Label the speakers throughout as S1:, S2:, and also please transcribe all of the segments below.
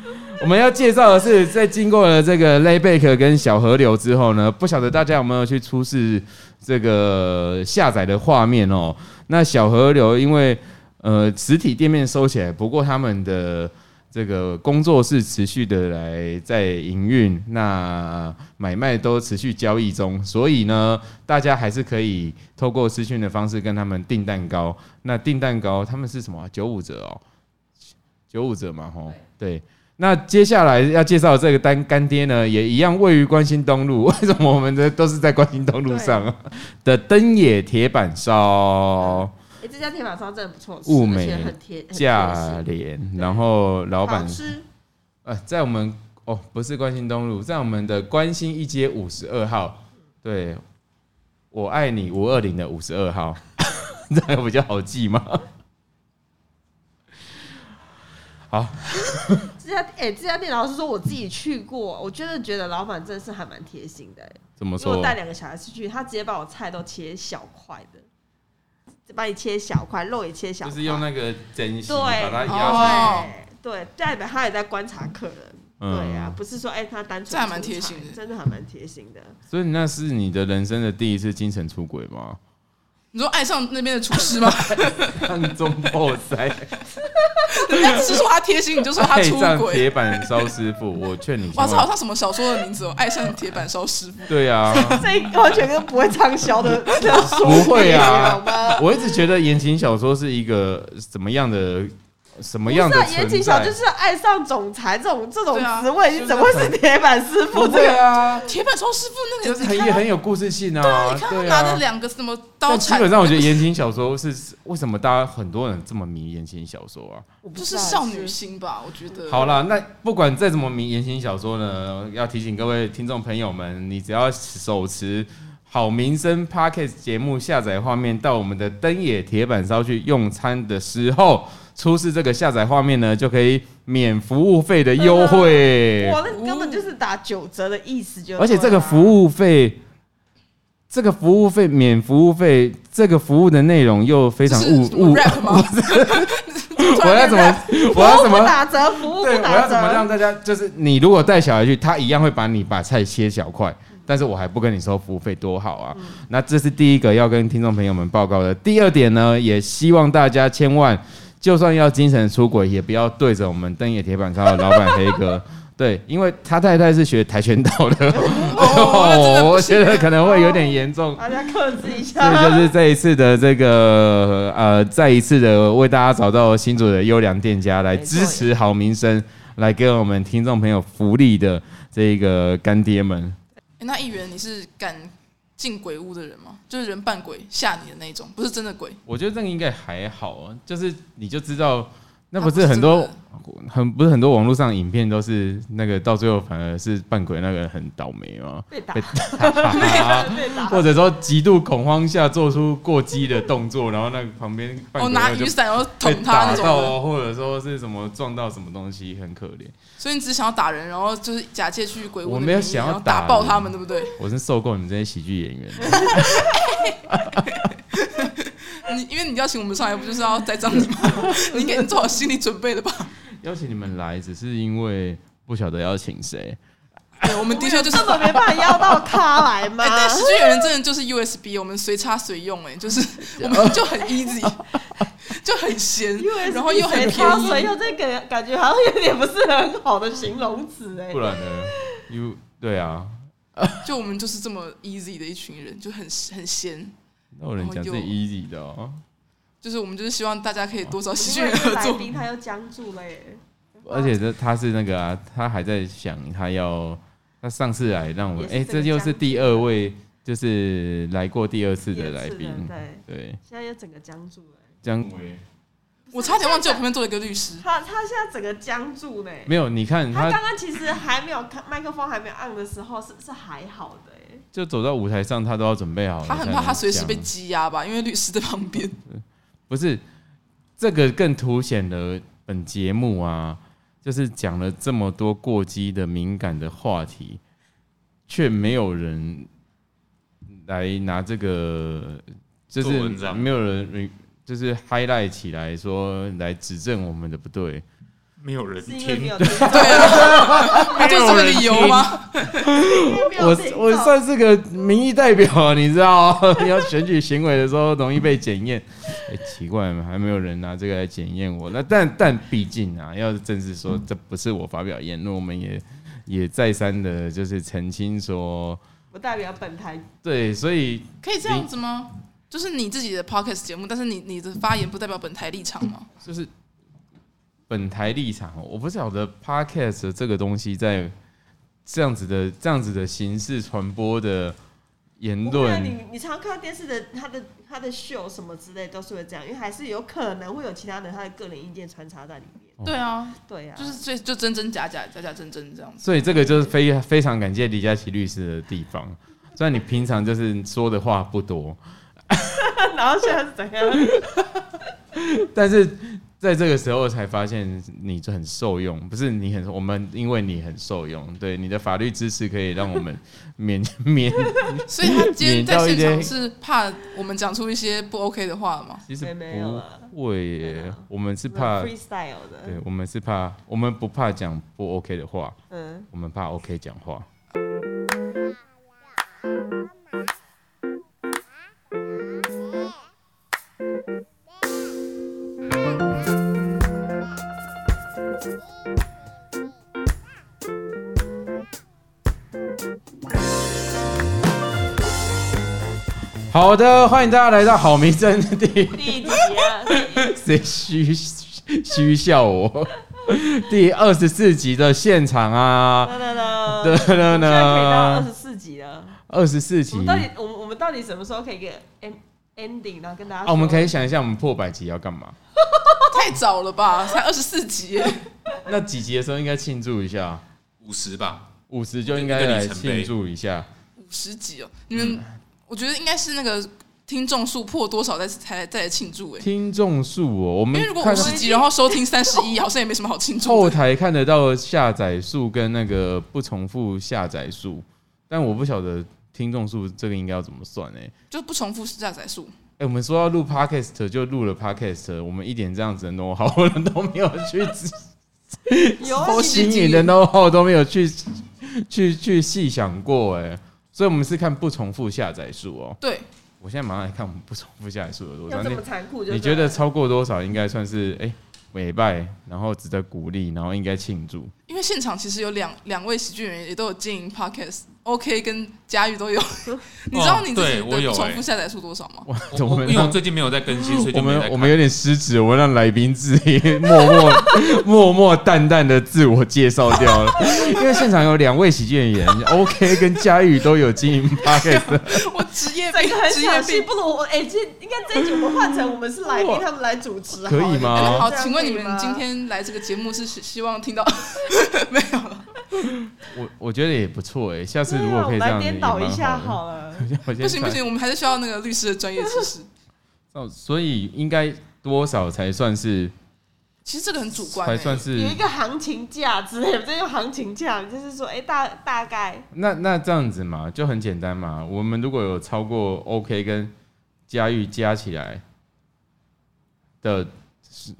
S1: 我们要介绍的是，在经过了这个 l a y b a k 跟小河流之后呢，不晓得大家有没有去出示这个下载的画面哦？那小河流因为呃实体店面收起来，不过他们的这个工作室持续的来在营运，那买卖都持续交易中，所以呢，大家还是可以透过私讯的方式跟他们订蛋糕。那订蛋糕他们是什么啊？九五折哦，九五折嘛，吼，对。那接下来要介绍的这个单干爹呢，也一样位于关心东路。 为什么我们的都是在关心东路上啊？的登野铁板烧，
S2: 哎、这家铁板烧真的不错吃，
S1: 物
S2: 而
S1: 美
S2: 且很贴很
S1: 价
S2: 贴心
S1: 廉，
S2: 对
S1: 然后老
S2: 好
S1: 板
S2: 吃，
S1: 呃，在我们哦，不是关心东路，在我们的关心一街五十二号，对，我爱你五二零的五十二号， 这样比较好记吗？
S2: 这家哎、这家店老实说我自己去过，我真的觉得老板真的是还蛮贴心的、欸
S1: 怎么
S2: 因为
S1: 说
S2: 我？带两个小孩子去，他直接把我菜都切小块的，把你切小块，肉也切小
S1: 就
S2: 块，
S1: 是用那个珍惜把
S2: 对
S1: 它
S3: 哦
S1: 压成，
S2: 对，代表他也在观察客人。
S1: 嗯
S2: 对呀、啊，，不是说哎、他单纯
S3: 这还蛮
S2: 出
S3: 贴
S2: 差
S3: 心的
S2: 真的还蛮贴心的。
S1: 所以那是你的人生的第一次精神出轨 吗？
S3: 你说爱上那边的厨 师吗？
S1: 暗中破塞，
S3: 人家只是说他贴心，你就说他出
S1: 上
S3: 轨。
S1: 铁板烧师傅，我劝你千
S3: 哇，
S1: 万
S3: 这好像什么小说的名字哦，《爱上铁板烧师傅》。
S1: 对啊，
S2: 这完全跟不会畅销的的书
S1: 不会啊
S2: 好吗？
S1: 我一直觉得言情小说是一个怎么样的什么
S2: 不
S1: 样
S2: 是
S1: 的
S2: 啊，
S1: 存在？
S2: 言情小就是爱上总裁这种这种
S3: 对啊
S2: 职位，你怎么会是铁板师傅
S1: 不
S2: 这
S1: 会
S2: 个？
S1: 啊，
S3: 铁板烧师傅那
S1: 就
S3: 个，
S1: 是
S3: 你
S1: 很
S3: 看
S1: 也
S3: 他
S1: 很有故事性
S3: 对
S1: 啊，
S3: 你看他
S1: 对
S3: 拿着
S1: 啊。
S3: 两个什么刀
S1: 但基
S3: 铲，
S1: 本上，我觉得言情小说是为什么大家很多人这么迷言情小说啊？
S2: 我不
S3: 就
S2: 知
S3: 是
S2: 道
S3: 少女心吧，我觉得。
S1: 好啦，那不管再怎么迷言情小说呢，要提醒各位听众朋友们，你只要手持好民生 Pocket 节目下载画面到我们的登野铁板烧去用餐的时候，出示这个下载画面呢，就可以免服务费的优 惠。
S2: 哇，那根本就是打九折的意思就、
S1: 而且这个服，务费，这个服务费免服务费，这个服务的内容又非
S3: 非
S1: 常物物，
S3: rap 吗？
S1: 我要怎么，
S2: 服
S1: 我要怎
S2: 务不
S1: 么？
S2: 打折，服务
S1: 对，
S2: 不
S1: 我要
S2: 打
S1: 怎么让大
S2: 折。
S1: 家就是你如果带小孩去，他一样会把你把菜切小块，但是我还不跟你收服务费，多好
S2: 嗯
S1: 啊！那这是第一个要跟听众朋友们报告的。第二点呢，也希望大家千万，就算要精神出轨，也不要对着我们登野铁板烧的老板黑哥，对，因为他太太是学跆拳道的，
S3: 哦，
S1: 我觉得可能会有点严重。
S2: 大家克制一下
S1: 所，以就是 这一次的这个呃，再一次的为大家找到新竹的优良店家来
S2: 没错
S1: 支持好民生，来给我们听众朋友福利的这个干爹们。
S3: 欸那议员，你是敢进鬼屋的人吗？就是人扮鬼吓你的那种，不是真的鬼。
S1: 我觉得这个应该还好啊，就是你就知道，那
S3: 它
S1: 不
S3: 不
S1: 是
S3: 是
S1: 很
S3: 真
S1: 多
S3: 的
S1: 很不是很多网络上影片都是那个到最后反而是扮鬼那个人很倒霉 吗？
S2: 被打
S1: 被，
S2: 被打，
S1: 或者说极度恐慌下做出过激的动作，然后那个旁边扮
S3: 哦，
S1: 鬼
S3: 拿
S1: 那个
S3: 雨
S1: 就
S3: 伞然后
S1: 被
S3: 捅他
S1: 打
S3: 那种
S1: 到
S3: 的，
S1: 哦，或者说是什么撞到什么东西，很可怜。
S3: 所以你只想要打人，然后就是假借去鬼屋的
S1: 我
S3: 名义，
S1: 没有想要
S3: 然后
S1: 打
S3: 打爆
S1: 人
S3: 他们，对不对？
S1: 我真受够你们这些喜剧演员 了。
S3: 你因为你邀请我们上来，不就是要栽赃你 吗？你应该做好心理准备了吧？
S1: 邀请你们来，只是因为不晓得要请谁。
S3: 对，我们的确就是
S2: 根本没办法邀到他来嘛
S3: 哎、。
S1: 啊
S3: 但喜剧演员真的就是 USB，我们随插随用、哎， 就是我
S1: 啊
S3: 们就很 easy，就很闲
S2: USB，
S3: 然后又很便
S2: 水泡水
S3: 宜。
S2: 又这个感觉好像有点不是很好的形容词哎
S1: 不。然呢？You 对啊，
S3: 就我们就是这么 easy 的一群人，就很很闲。
S1: 那有人讲是
S3: 哦有
S1: easy 的哦。
S3: 就是我们就是希望大家可以多找喜剧
S2: 因为
S3: 人合
S2: 来
S3: 作。
S2: 宾他又僵住了耶，
S1: 而且这他是那个啊，他还在想他要他上次来让我
S2: 也是
S1: 哎、
S2: 这
S1: 这
S2: 个啊
S1: 又
S2: 僵
S1: 是第二位，就是来过第二次
S2: 第
S1: 的
S2: 二
S1: 来
S2: 次
S1: 宾
S2: 了。对，
S1: 对，
S2: 现在又整个僵住了耶。
S1: 姜
S3: 我差点忘记我旁边坐了一个律师，
S2: 他他现在整个僵住嘞。
S1: 没有，你看他
S2: 他刚刚其实还没有看麦克风还没有按的时候是是还好的欸耶。
S1: 就走到舞台上，他都要准备好了才
S3: 他
S1: 能
S3: 很
S1: 讲。
S3: 怕他随时被羁押吧，因为律师在旁 边。
S1: 不是，这个更凸显了本节目啊，就是讲了这么多过激的敏感的话题，却没有人来拿这个，就
S4: 做
S1: 是
S4: 文章
S1: 没有人就是 highlight 起来说来指正我们的不对。
S4: 没有人
S2: 是因为没
S4: 听，
S2: 有听 众，
S3: 对啊，不就这个理由吗？
S2: 因为没有
S1: 我
S2: 听众
S1: 我算是个民意代表啊， 你知道哦，你要选举行为的时候容易被检验。哎、奇怪，还没有人拿这个来检验我。那但但毕竟啊，要正式
S2: 嗯
S1: 说，这不是我发表言论，我们也也再三的就是澄清说，
S2: 不代表本台
S1: 对，所以
S3: 可以这样子吗？就是你自己的 podcast 节目，但是你你的发言不代表本台立场吗？
S1: 就是本台立场哦，我不晓得 podcast 这个东西在这样子的这样子的形式传播的言
S2: 不会啊
S1: 论。
S2: 你你常看到电视的他的他的秀什么之类都是会这样，因为还是有可能会有其他人他的个人意见穿插在里面。
S1: 哦
S3: 对啊，
S2: 对呀、啊，
S3: 就是所以就真真假假，假假真真这样子。
S1: 所以这个就是非非常感谢李佳琦律师的地方。虽然你平常就是说的话不多，
S2: 然后现在是怎样？
S1: 但是在这个时候才发现你就很受用，不是你很我们因为你很受用，对你的法律知识可以让我们免 免，嗯
S3: 所以他今天在
S1: 免
S3: 现
S1: 到一些
S3: 场是怕我们讲出一些不 OK 的话 吗？
S1: 其实
S2: 没没有啊
S1: 不会耶，我们是 怕，
S2: freestyle 的，
S1: 对我们是怕，我们不怕讲不 OK 的话，
S2: 嗯，
S1: 我们怕 OK 讲话。好的，欢迎大家来到好名声的第
S2: 第一集啊，
S1: 谁虚虚笑我？第二十四集的现场啊，
S2: 啦 啦啦，
S1: 噔噔噔
S2: 现在可以到二十四集了。
S1: 二十四
S2: 我
S1: 集
S2: 们到底我们我们到底什么时候可以给 end ending，然后跟大家
S1: 啊，
S2: 说？
S1: 我们可以想一下我们破百集要干嘛？
S3: 太早了吧，才二十四集耶，
S1: 那几集的时候应该庆祝一下，
S4: 五十吧，
S1: 五十就应该来庆祝一下。
S3: 五十集哦，你们、我觉得应该是那个听众数破多少再才再来庆祝哎。
S1: 听众数哦，我
S3: 因
S1: 们
S3: 为如果
S1: 看
S3: 五
S1: 到哦
S3: 十集，然后收听三十一，好像也没什么好庆祝
S1: 后
S3: 的。
S1: 台看得到下载数跟那个不重复下载数，但我不晓得听众数这个应该要怎么算哎、
S3: 就不重复下载数，
S1: 哎、我们说要录 podcast 就录了 podcast，我们一点这样子的 know how 都没有去执
S2: 有啊
S1: 偷
S3: 佛系
S1: 心你的 know how 都没有去去去细想过哎、所以我们是看不重复下载数哦。
S3: 对，
S1: 我现在马上来看我们不重复下载数有多
S2: 有
S1: 少。
S2: 这
S1: 你
S2: 么残酷就对了？
S1: 你觉得超过多少应该算是哎美拜，然后值得鼓励，然后应该庆祝？
S3: 因为现场其实有两两位喜剧演员也都有经营 podcast，OK 跟佳玉都有。你知道你自己
S4: 对我有
S3: 的重复
S4: 欸
S3: 下载数多少吗？
S1: 哇，
S4: 我
S1: 怎么
S4: 我因为我
S1: 让
S4: 最近没有在更新，所
S1: 我
S4: 以就没有
S1: 们
S4: 在看
S1: 我们有点失职，我们让来宾自己默默默 默淡淡的自我介绍掉 了，因为现场有两位喜剧演员，OK 跟佳玉都有经 营 podcast，
S3: 我职业
S2: 整
S3: 病
S2: 个，很
S3: 职业
S2: 小
S3: 病
S2: 气，。不如我哎，这应该这一集我们换成我们是来宾
S1: 哇，
S2: 他们来主持好
S1: 可
S2: 了，啊
S1: 以吗
S2: 你觉得
S3: 好，
S2: 这样
S3: 请问你
S2: 可以吗
S3: 们今天来这个节目是希希 望听到没有啊了？
S1: 我我觉得也不错哎、下次
S2: 对
S1: 如果
S2: 啊我
S1: 可以
S2: 们
S1: 这样
S2: 来
S1: 子也
S2: 颠
S1: 蛮好
S2: 倒
S1: 的，
S2: 一下好了。
S1: 我先
S3: 不行不
S1: 看
S3: 行，我们还是需要那个律师的专业 知识。
S1: 哦，所以应该多少才算是
S3: 其实这个很主观、欸，
S1: 才算 是
S2: 有一个行情价之类的，这用行情价，就是说，哎、大大概
S1: 那那这样子嘛，就很简单嘛。我们如果有超过 OK 跟佳玉加起来的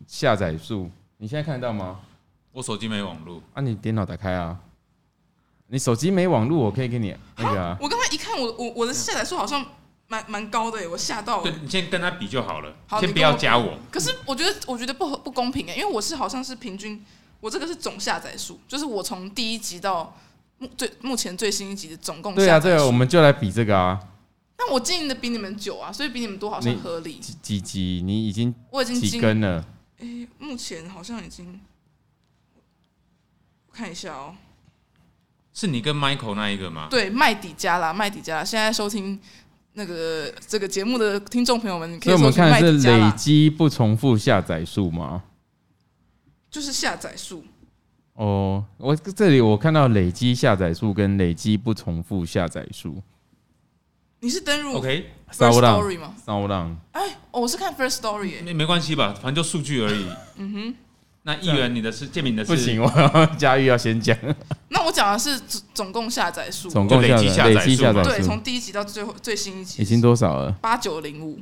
S1: 下载数，你现在看得到吗？
S4: 我手机没网络，
S1: 啊，你电脑打开啊，你手机没网络，我可以给你那个啊。
S3: 我刚才一看，我我我的下载数好像蛮蛮高的、欸，我吓到、
S4: 对
S3: 欸。
S4: 你先跟他比就好了，
S3: 好
S4: 先
S3: 你
S4: 不
S3: 跟
S4: 要
S3: 我
S4: 加我，
S3: 可是我觉得我觉得不合不公平哎、因为我是好像是平均，我这个是总下载数，就是我从第一集到目最目前最新一集的总共
S1: 对啊，
S3: 下
S1: 对
S3: 载
S1: 啊，我
S3: 数。
S1: 们就来比这个啊，
S3: 但我经营的比你们久啊，所以比你们多好像
S1: 你
S3: 合理。
S1: 几几几，你已经
S3: 我已经
S1: 几
S3: 经
S1: 根了？
S3: 诶，目前好像已经，我看一下哦、
S4: 是你跟 Michael 那一个吗？
S3: 对，麦迪加啦，麦迪加啦，现在收听那个这个节目的听众朋友们，你可
S1: 所以我
S3: 搜
S1: 们
S3: 寻
S1: 看
S3: 麦
S1: 的
S3: 迪
S1: 是
S3: 加
S1: 累
S3: 啦，
S1: 积不重复下载数吗？
S3: 就是下载数。
S1: 哦，我这里我看到累积下载数跟累积不重复下载数，
S3: 你是登入
S4: OK，
S1: 骚
S3: First
S1: 浪
S3: Story 吗？
S1: 骚浪。
S3: 哎、哦我是看 First Story 耶、
S4: 没没关系吧，反正就数据而已。
S3: 嗯哼，
S4: 那议员你的是建明的是
S1: 不行，，我要佳玉要先讲，
S3: 那我讲的是总总共下载数，
S1: 总共
S4: 就累积
S1: 下载
S4: 下载
S1: 累积下
S4: 数嘛
S1: 载
S3: 对，
S1: 数
S3: 从第一集到最后最新一集
S1: 已经多少了？
S3: 八九零五，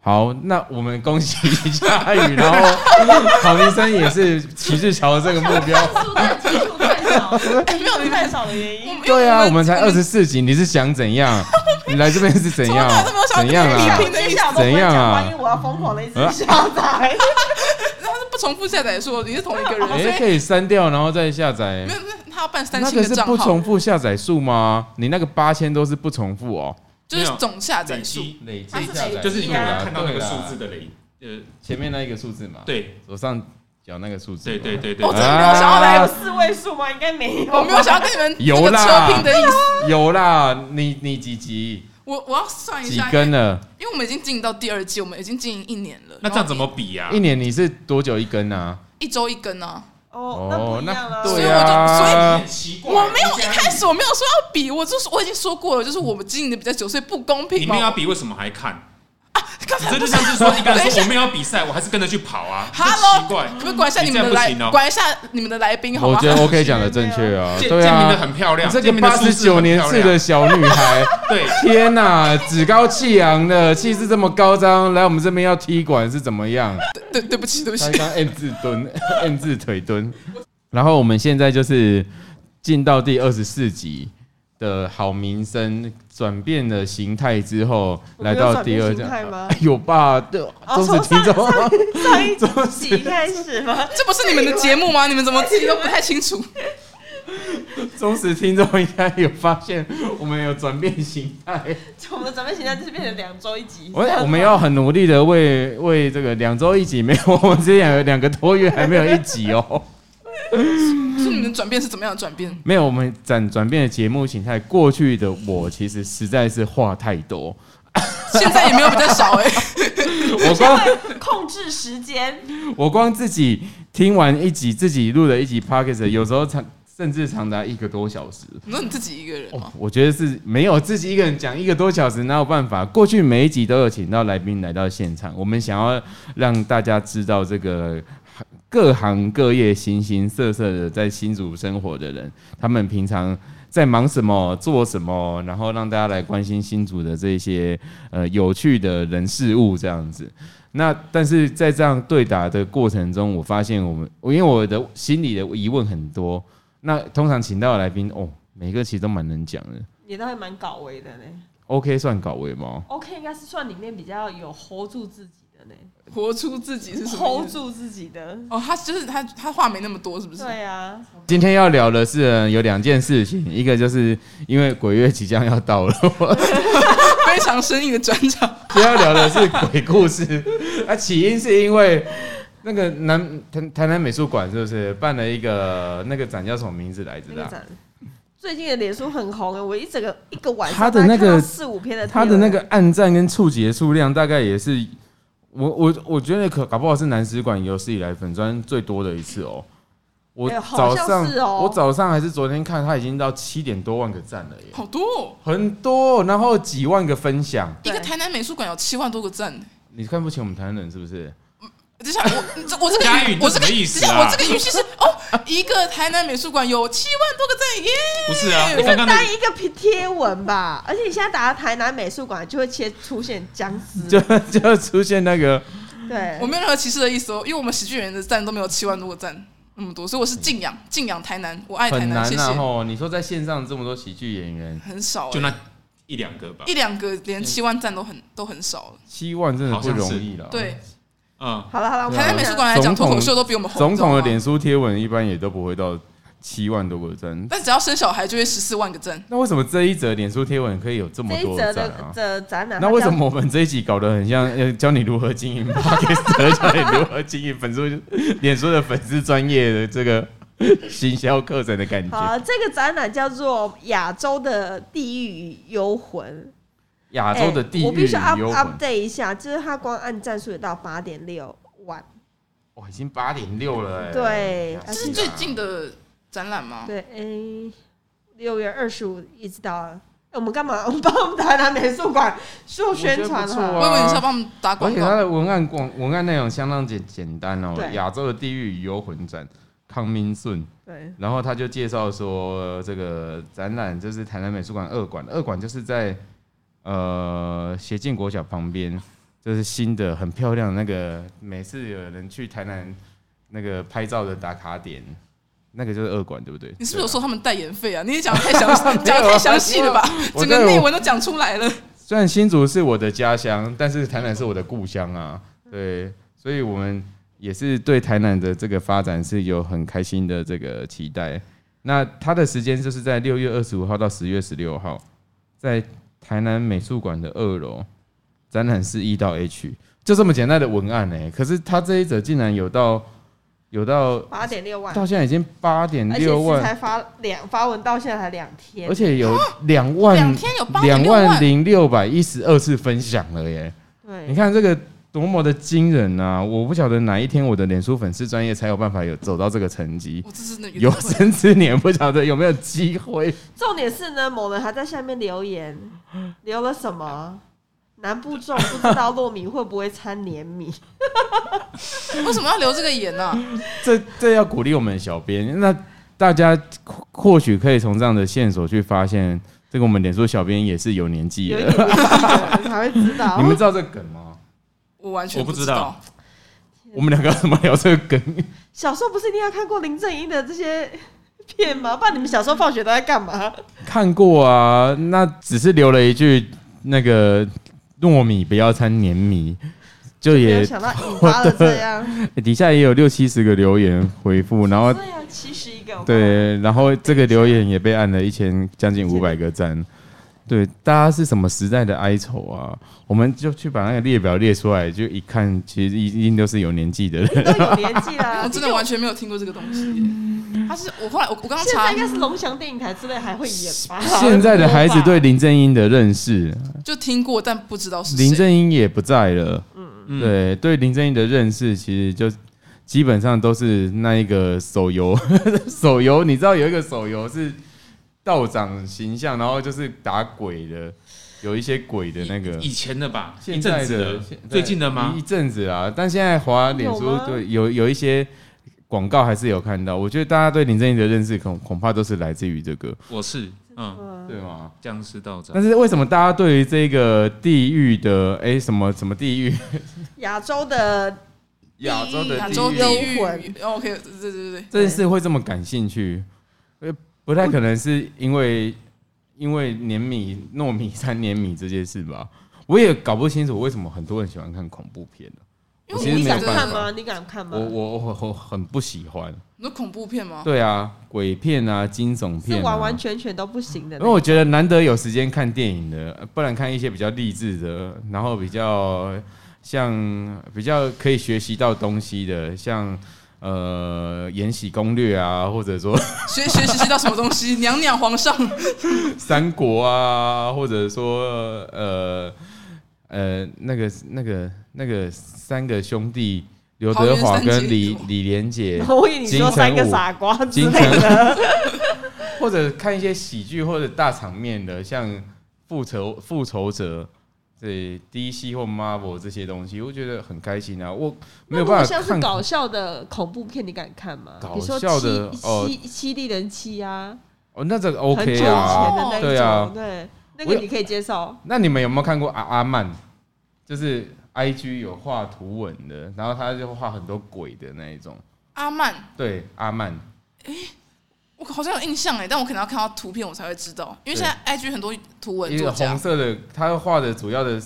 S1: 好，那我们恭喜佳宇，然后郝明生也是徐志乔的这个目 标。
S2: 数的基数太少，哎没有哎太少的原
S3: 我
S2: 因。
S3: 们
S1: 对啊，我们才二。
S3: 因为
S1: 十四集，你是想怎样？你来这边是怎
S3: 从
S1: 样
S3: 来都没有？想
S1: 怎
S3: 要
S1: 样
S3: 跟你
S1: 啊啊
S3: 比？
S2: 接下来都不会讲话，因为我要疯狂的一直下 载。
S3: 我们他是不重复下载数，你是同一个人，所
S1: 哎、
S3: 以
S1: 可以删掉，然后再下载
S3: 没。有，没有他要办三
S1: 那
S3: 星
S1: 个
S3: 的
S1: 是
S3: 账
S1: 不
S3: 号
S1: 重，复下载数吗？你那个八千都是不重复哦，
S3: 就是总下载
S4: 累
S3: 数。
S4: 积，
S1: 累
S2: 它是累积
S4: 就是你
S2: 对
S4: 刚
S2: 啊
S4: 刚看到那个数字的累，呃，
S1: 前面那一个数字嘛，，
S4: 对
S1: 左上角那个数字，
S4: 对对，对对
S1: 哦
S3: 我哦真
S4: 对，
S3: 的
S1: 啊
S3: 没有想要
S2: 后来有
S3: 来，
S2: 四位数吗？应该没有。
S3: 我没有想要跟你们
S1: 有
S3: 这个
S1: 啦
S3: 车拼的意思。
S1: 有啦，你你几集
S3: 我我要算一
S1: 几
S3: 下，因为
S1: 根了？
S3: 因为我们已经经营到第二季，我们已经经营一年了。
S4: 那这样怎么比啊呀
S1: 一？年你是多久一根啊？
S3: 一周一根啊？
S2: 哦，那
S1: 哦那
S2: 不一样啊。
S1: 对
S3: 所以我就所以
S1: 啊
S4: 很奇怪，
S3: 我没有一
S4: 你这样
S3: 开始我没有说要比，我就是我已经说过了，就是我们经营的比较久，所以不公平
S4: 你
S3: 嘛
S4: 们。要比，为什么还看？
S3: 刚
S4: 你
S3: 才
S4: 这
S3: 不
S4: 就是像是说，你刚才
S3: 等一
S4: 说
S3: 下
S4: 我没有要比赛，我还是跟着去跑啊，这奇
S3: ，Hello，
S4: 怪。
S3: 可不可以管一下你们的
S4: 你这
S3: 来
S4: 样不行哦，
S3: 管一下你们的来宾好
S1: 我
S3: 吗？
S1: 觉得 OK 讲的正确啊，
S4: 建
S1: 对
S4: 建明的
S1: 啊，
S4: 很漂亮，
S1: 这个
S4: 建明的
S1: 八
S4: 数
S1: 十
S4: 字
S1: 九
S4: 很
S1: 年
S4: 漂
S1: 次
S4: 亮
S1: 的小女 孩，
S4: 对，
S1: 天呐、趾高气扬的气势这么高张，来我们这边要踢馆是怎么样？
S3: 对对不起，对不起
S1: 他，刚 M 字蹲 ，M 字腿蹲。然后我们现在就是进到第二十四集的好名声转变了形态之后，
S2: 我们
S1: 来
S2: 有
S1: 到第二
S2: 转变形态吗
S1: 哎有吧？对，
S2: 哦，
S1: 忠
S2: 从
S1: 实听众。
S2: 上上上一集开始吗？
S3: 这不是你们的节目吗？你们怎么自己都不太 清楚？
S1: 忠实听众应该有发现，我们有转变形 态。
S2: 我们的准备形象就是变成两周一集。
S1: 我我们要很努力的为为这个两周一集，没有我们之前有两个多月还没有一集哦。
S3: 是你们的转变是怎么样的转变？
S1: 没有，我们转转变的节目形态，过去的我其实实在是话太多，
S3: 现在也没有比较少 哎、
S1: 我光
S2: 对控制时间，
S1: 我光自己听完一集，自己录了一集 p o c k e t 有时候长甚至长达一个多小时。
S3: 你说你自己一个人
S1: 哦
S3: 吗？，
S1: 我觉得是没有自己一个人讲一个多小时，哪有办法？过去每一集都有请到来宾来到现场，我们想要让大家知道这个各行各业、形形色色的在新竹生活的人，他们平常在忙什么、做什么，然后让大家来关心新竹的这些呃有趣的人事物这样子。那但是在这样对答的过程中，我发现我们，我因为我的心里的疑问很多，那通常请到的来宾哦，每个其实都蛮能讲的。
S2: 也都还蛮搞味的呢。
S1: OK 算搞位吗？
S2: OK，应该是算里面比较有 hold 住自己的呢
S3: 活出自己是什么意
S2: ，hold
S3: 思？
S2: 住自己的。
S3: 哦，他就是他，他话没那么多，是不是？
S2: 对啊，
S1: 今天要聊的是呃有两件事情，一个就是因为鬼月即将要到了，
S3: 非常生硬的转场。
S1: 今天要聊的是鬼故事。啊，起因是因为那个南台台南美术馆是不是办了一个那个展叫什么名字来着
S2: 那
S1: 的
S2: 个
S1: 啊？
S2: 展最近的脸书很红哎，我一整个一个晚上
S1: 他的那个
S2: 大概看到四五篇的
S1: 他的那个暗赞跟触及的数量大概也是，我我我觉得可搞不好是南史馆有史以来粉砖最多的一次哦。我
S2: 哎呦好
S1: 早
S2: 像
S1: 上、
S2: 是哦
S1: 我早上还是昨天看，他已经到七点多万个赞了耶，
S3: 好多、哦，
S1: 很多，然后几万个分享。
S3: 一
S2: 对
S3: 个台南美术馆有七万多个赞。
S1: 你看不起我们台南人是不是？
S3: 就像我这 我这
S4: 佳
S3: 个
S4: 宇
S3: 语，我这
S4: 这
S3: 个
S4: 什么意思啊
S3: 等一下我这个语气是哦，一个台南美术馆有七万多个赞耶。
S4: 不是 啊，
S3: 我
S4: 刚刚那
S2: 单一个贴贴文吧，而且你现在打台南美术馆就会切出现僵尸，
S1: 就 就出现那个
S2: 对，
S3: 我没有任何歧视的意思哦，因为我们喜剧人的赞都没有七万多个赞那么多，所以我是敬仰敬仰台南，我爱台
S1: 嗯很
S3: 南，
S1: 难
S3: 谢
S1: 啊
S3: 谢。
S1: 吼！你说在线上这么多喜剧演员，
S3: 很少欸，
S4: 就那一两个吧
S3: 一，两个连七万赞都
S1: 嗯
S3: 很都很少了。
S1: 七万真的不容易了。，
S3: 对，
S4: 嗯，
S2: 好了好了，我
S1: 对哦啊
S2: 们
S3: 台南美术馆来
S1: 总
S3: 讲，
S1: 统
S3: 脱口秀都比我们红。
S1: 总统的
S3: 你知道吗
S1: 脸，书贴文一般也都不会到七万多个赞，
S3: 但只要生小孩就会十四万个赞。
S1: 那为什么这一则脸书贴文可以有这么
S2: 这一
S1: 多
S2: 则
S1: 赞
S2: 的
S1: 啊？
S2: 的展览，
S1: 那
S2: 它
S1: 为
S2: 叫
S1: 什么我们这一集搞得很像 呃教你如何经营 podcast，教你如何经营粉丝脸书的粉丝专业的这个行销课程的感觉？
S2: 好，这个展览叫做《亚洲的地狱与幽魂》。
S1: 亚洲的地
S2: 哎我必
S1: 狱
S2: 须 up
S1: 幽魂，
S2: update 一下，就是它光按战术也到八点六万，
S1: 哇，已经八点六了哎。
S2: 对
S1: 吓
S2: 这
S3: 这
S1: 死
S3: 是最
S1: 人啊
S3: 近的展览吗？
S2: 对，哎，六月二十五一直到。哎我们干嘛？我们帮我们台南美术馆做宣传
S1: 我觉得不错啊
S2: 哈。
S3: 我以为你是要帮我们打
S1: 而
S3: 广
S1: 且它
S3: 告。
S1: 的文案广文案内容相当简简单哦，
S2: 对
S1: 亚洲的地狱与幽魂展。康明顺，
S2: 对，
S1: 然后他就介绍说，呃这个展览就是台南美术馆二馆，二馆就是在呃协进国小旁边，就是新的很漂亮的那个，每次有人去台南那个拍照的打卡点，那个就是二馆，对不对？
S3: 你是不是有说他们代言费啊？你也讲得太详细， 讲得太详细了吧？
S1: 啊我
S3: 整
S1: 在
S3: 个内文都讲出来了。
S1: 虽然新竹是我的家乡，但是台南是我的故乡啊，对，所以我们也是对台南的这个发展是有很开心的这个期待。那它的时间就是在六月二十五号到十月十六号，在台南美术馆的二楼，展览室一到 H，就这么简单的文案呢、欸可是它这一则竟然有到有到
S2: 八点六万，
S1: 到现在已经八点
S2: 而且
S1: 六
S2: 是
S1: 万，
S2: 才发两发文到现在才两天，
S1: 而且有两万
S3: 两天有八点
S1: 两
S3: 六万
S1: 万零六百一十二次分享了耶、你
S2: 对，
S1: 看这个多么的惊人啊！我不晓得哪一天我的脸书粉丝专业才有办法有走到这个成绩，
S3: 我这真的
S1: 有
S3: 点会
S1: 生之年不晓得有没有机会。
S2: 重点是呢，某人还在下面留言，留了什么？南部粽不知道 糯米会不会掺黏米？
S3: 为什么要留这个言呢、啊？
S1: 这这要鼓励我们小编。那大家或或许可以从这样的线索去发现，这个我们脸书小编也是有年纪
S2: 有一
S1: 了。
S2: 点点你才会知道
S1: 你。们知道这个梗吗？
S3: 我完全
S4: 我不
S3: 知
S4: 知道
S3: 道。
S1: 我们两个怎么聊这个梗？
S2: 小时候不是一定要看过林正英的这些 片吗？不然你们小时候放学都在干嘛？
S1: 看过啊，那只是留了一句那个糯米不要掺黏米，就
S2: 没
S1: 也
S2: 有想到引发了这 样，
S1: 欸底下也有六七十个留言回复，然后
S2: 这样啊七十一个，我看
S1: 对，然后这个留言也被按了一千将近五百个赞。对，大家是什么时代的哀愁啊？我们就去把那个列表列出来，就一看，其实一定都是有年纪的人。
S2: 都有年纪啦，
S3: 我 真的完全没有听过这个东西耶。他是我后来我我刚刚
S2: 嗯现在
S3: 查
S2: 应，该是龙翔电影台之类还会演吧？
S1: 现在的孩子对林正英的认识，
S3: 就听过，但不知道是
S1: 林
S3: 谁。
S1: 正英也不在了。
S4: 嗯
S1: 对，对林正英的认识其实就基本上都是那一个手游， 手游你知道有一个手游是道长形象，然后就是打鬼的，有一些鬼的那个。
S4: 以前的吧，
S1: 现
S4: 一
S1: 在
S4: 阵
S1: 的
S4: 子的
S1: 现在，
S4: 最近的吗
S1: 一？阵子啊，但现在华脸
S2: 有
S1: 书
S2: 吗
S1: 对有有一些广告还是有看到。我觉得大家对林正英的认识恐恐怕都是来自于这个，
S4: 我是，嗯，
S1: 对吗？
S4: 僵尸道长
S1: 但，是为什么大家对于这个地域的哎、什么什么地域
S2: 亚洲的
S1: 亚洲的
S3: 亚洲
S1: 地
S3: 地
S1: 域
S3: 狱
S2: 幽魂。
S3: 哦 OK，对对对对，
S1: 这件事会这么感兴趣？呃，不太可能是因为因为碾米糯米三碾米这件事吧？我也搞不清楚为什么很多人喜欢看恐怖片呢
S3: 因为
S1: 其实
S2: 你
S1: 没有
S2: 敢
S1: 办法
S2: 看吗？你敢看吗
S1: 我？我我我很不喜欢。
S3: 你说恐怖片吗？
S1: 对啊，鬼片啊，惊悚片、
S2: 是
S1: 啊，哦
S2: 完完全全都不行的
S1: 因为。我觉得难得有时间看电影的，呃不然看一些比较励志的，然后比较像比较可以学习到东西的，像呃《延禧攻略》啊，或者说《
S3: 学 学习习到什么东西？娘娘皇上，
S1: 三国》啊，或者说呃呃那个那个那个三个兄弟刘德华
S3: 桃园三
S1: 跟
S3: 杰
S1: 李李连杰
S2: 然，后我以为你说三个傻瓜之类的，
S1: 或者看一些喜剧或者大场面的，像《复仇复仇者》这 DC 或 Marvel 这些东西，我觉得很开心啊。我没
S2: 那
S1: 有
S2: 如果
S1: 办法
S2: 像是
S1: 看
S2: 搞笑的恐怖片，你敢看吗？
S1: 搞
S2: 你说
S1: 笑的
S2: 七
S1: 哦
S2: 七七地人七啊，
S1: 哦，那这个
S2: 很久以
S1: OK
S2: 前
S1: 啊。
S2: 的那一
S1: 对啊
S2: 种，对，那
S1: 我
S2: 个
S1: 有
S2: 你可以接受。
S1: 那你们有没有看过阿阿曼？就是 IG 有画图文的，然后他就画很多鬼的那一种。
S3: 阿曼，
S1: 对，阿曼，
S3: 我好像有印象哎，但我可能要看到图片我才会知道，因为现在 IG 很多图文
S1: 一
S3: 作
S1: 个
S3: 家
S1: 红，色的，他画的主要的